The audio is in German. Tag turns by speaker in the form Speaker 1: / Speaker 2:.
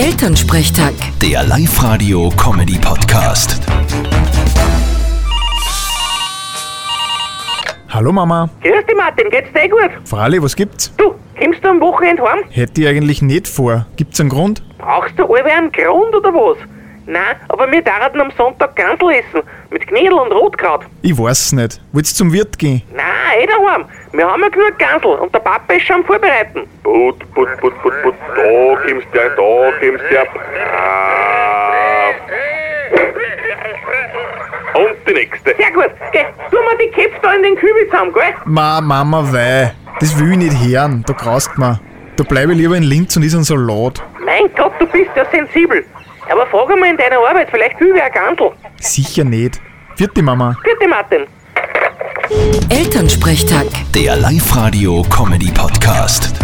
Speaker 1: Elternsprechtag.
Speaker 2: Der Live-Radio-Comedy-Podcast.
Speaker 3: Hallo Mama.
Speaker 4: Grüß dich, Martin, geht's dir eh gut?
Speaker 3: Frali, was gibt's?
Speaker 4: Du, kommst du am Wochenende heim?
Speaker 3: Hätte ich eigentlich nicht vor. Gibt's einen Grund?
Speaker 4: Brauchst du alle einen Grund oder was? Nein, aber wir dachten am Sonntag Gansel essen. Mit Knödel und Rotkraut.
Speaker 3: Ich weiß nicht. Willst zum Wirt gehen?
Speaker 4: Nein, eh daheim. Wir haben ja genug Gansel und der Papa ist schon am Vorbereiten.
Speaker 5: Put, put, put, put, put, da kommst du, da kommst du. Brav. Und die nächste.
Speaker 4: Sehr gut, geh, tu mal die Köpfe da in den Kübel zusammen, gell?
Speaker 3: Ma, Mama, weh. Das will ich nicht hören. Da graust mir. Da bleibe ich lieber in Linz und is ein Salat.
Speaker 4: Mein Gott, du bist ja sensibel. Aber frag einmal in deiner Arbeit, vielleicht will wer ein Gansel.
Speaker 3: Sicher nicht. Vierte Mama.
Speaker 4: Grüß dich, Martin.
Speaker 1: Elternsprechtag.
Speaker 2: Der Live-Radio-Comedy-Podcast.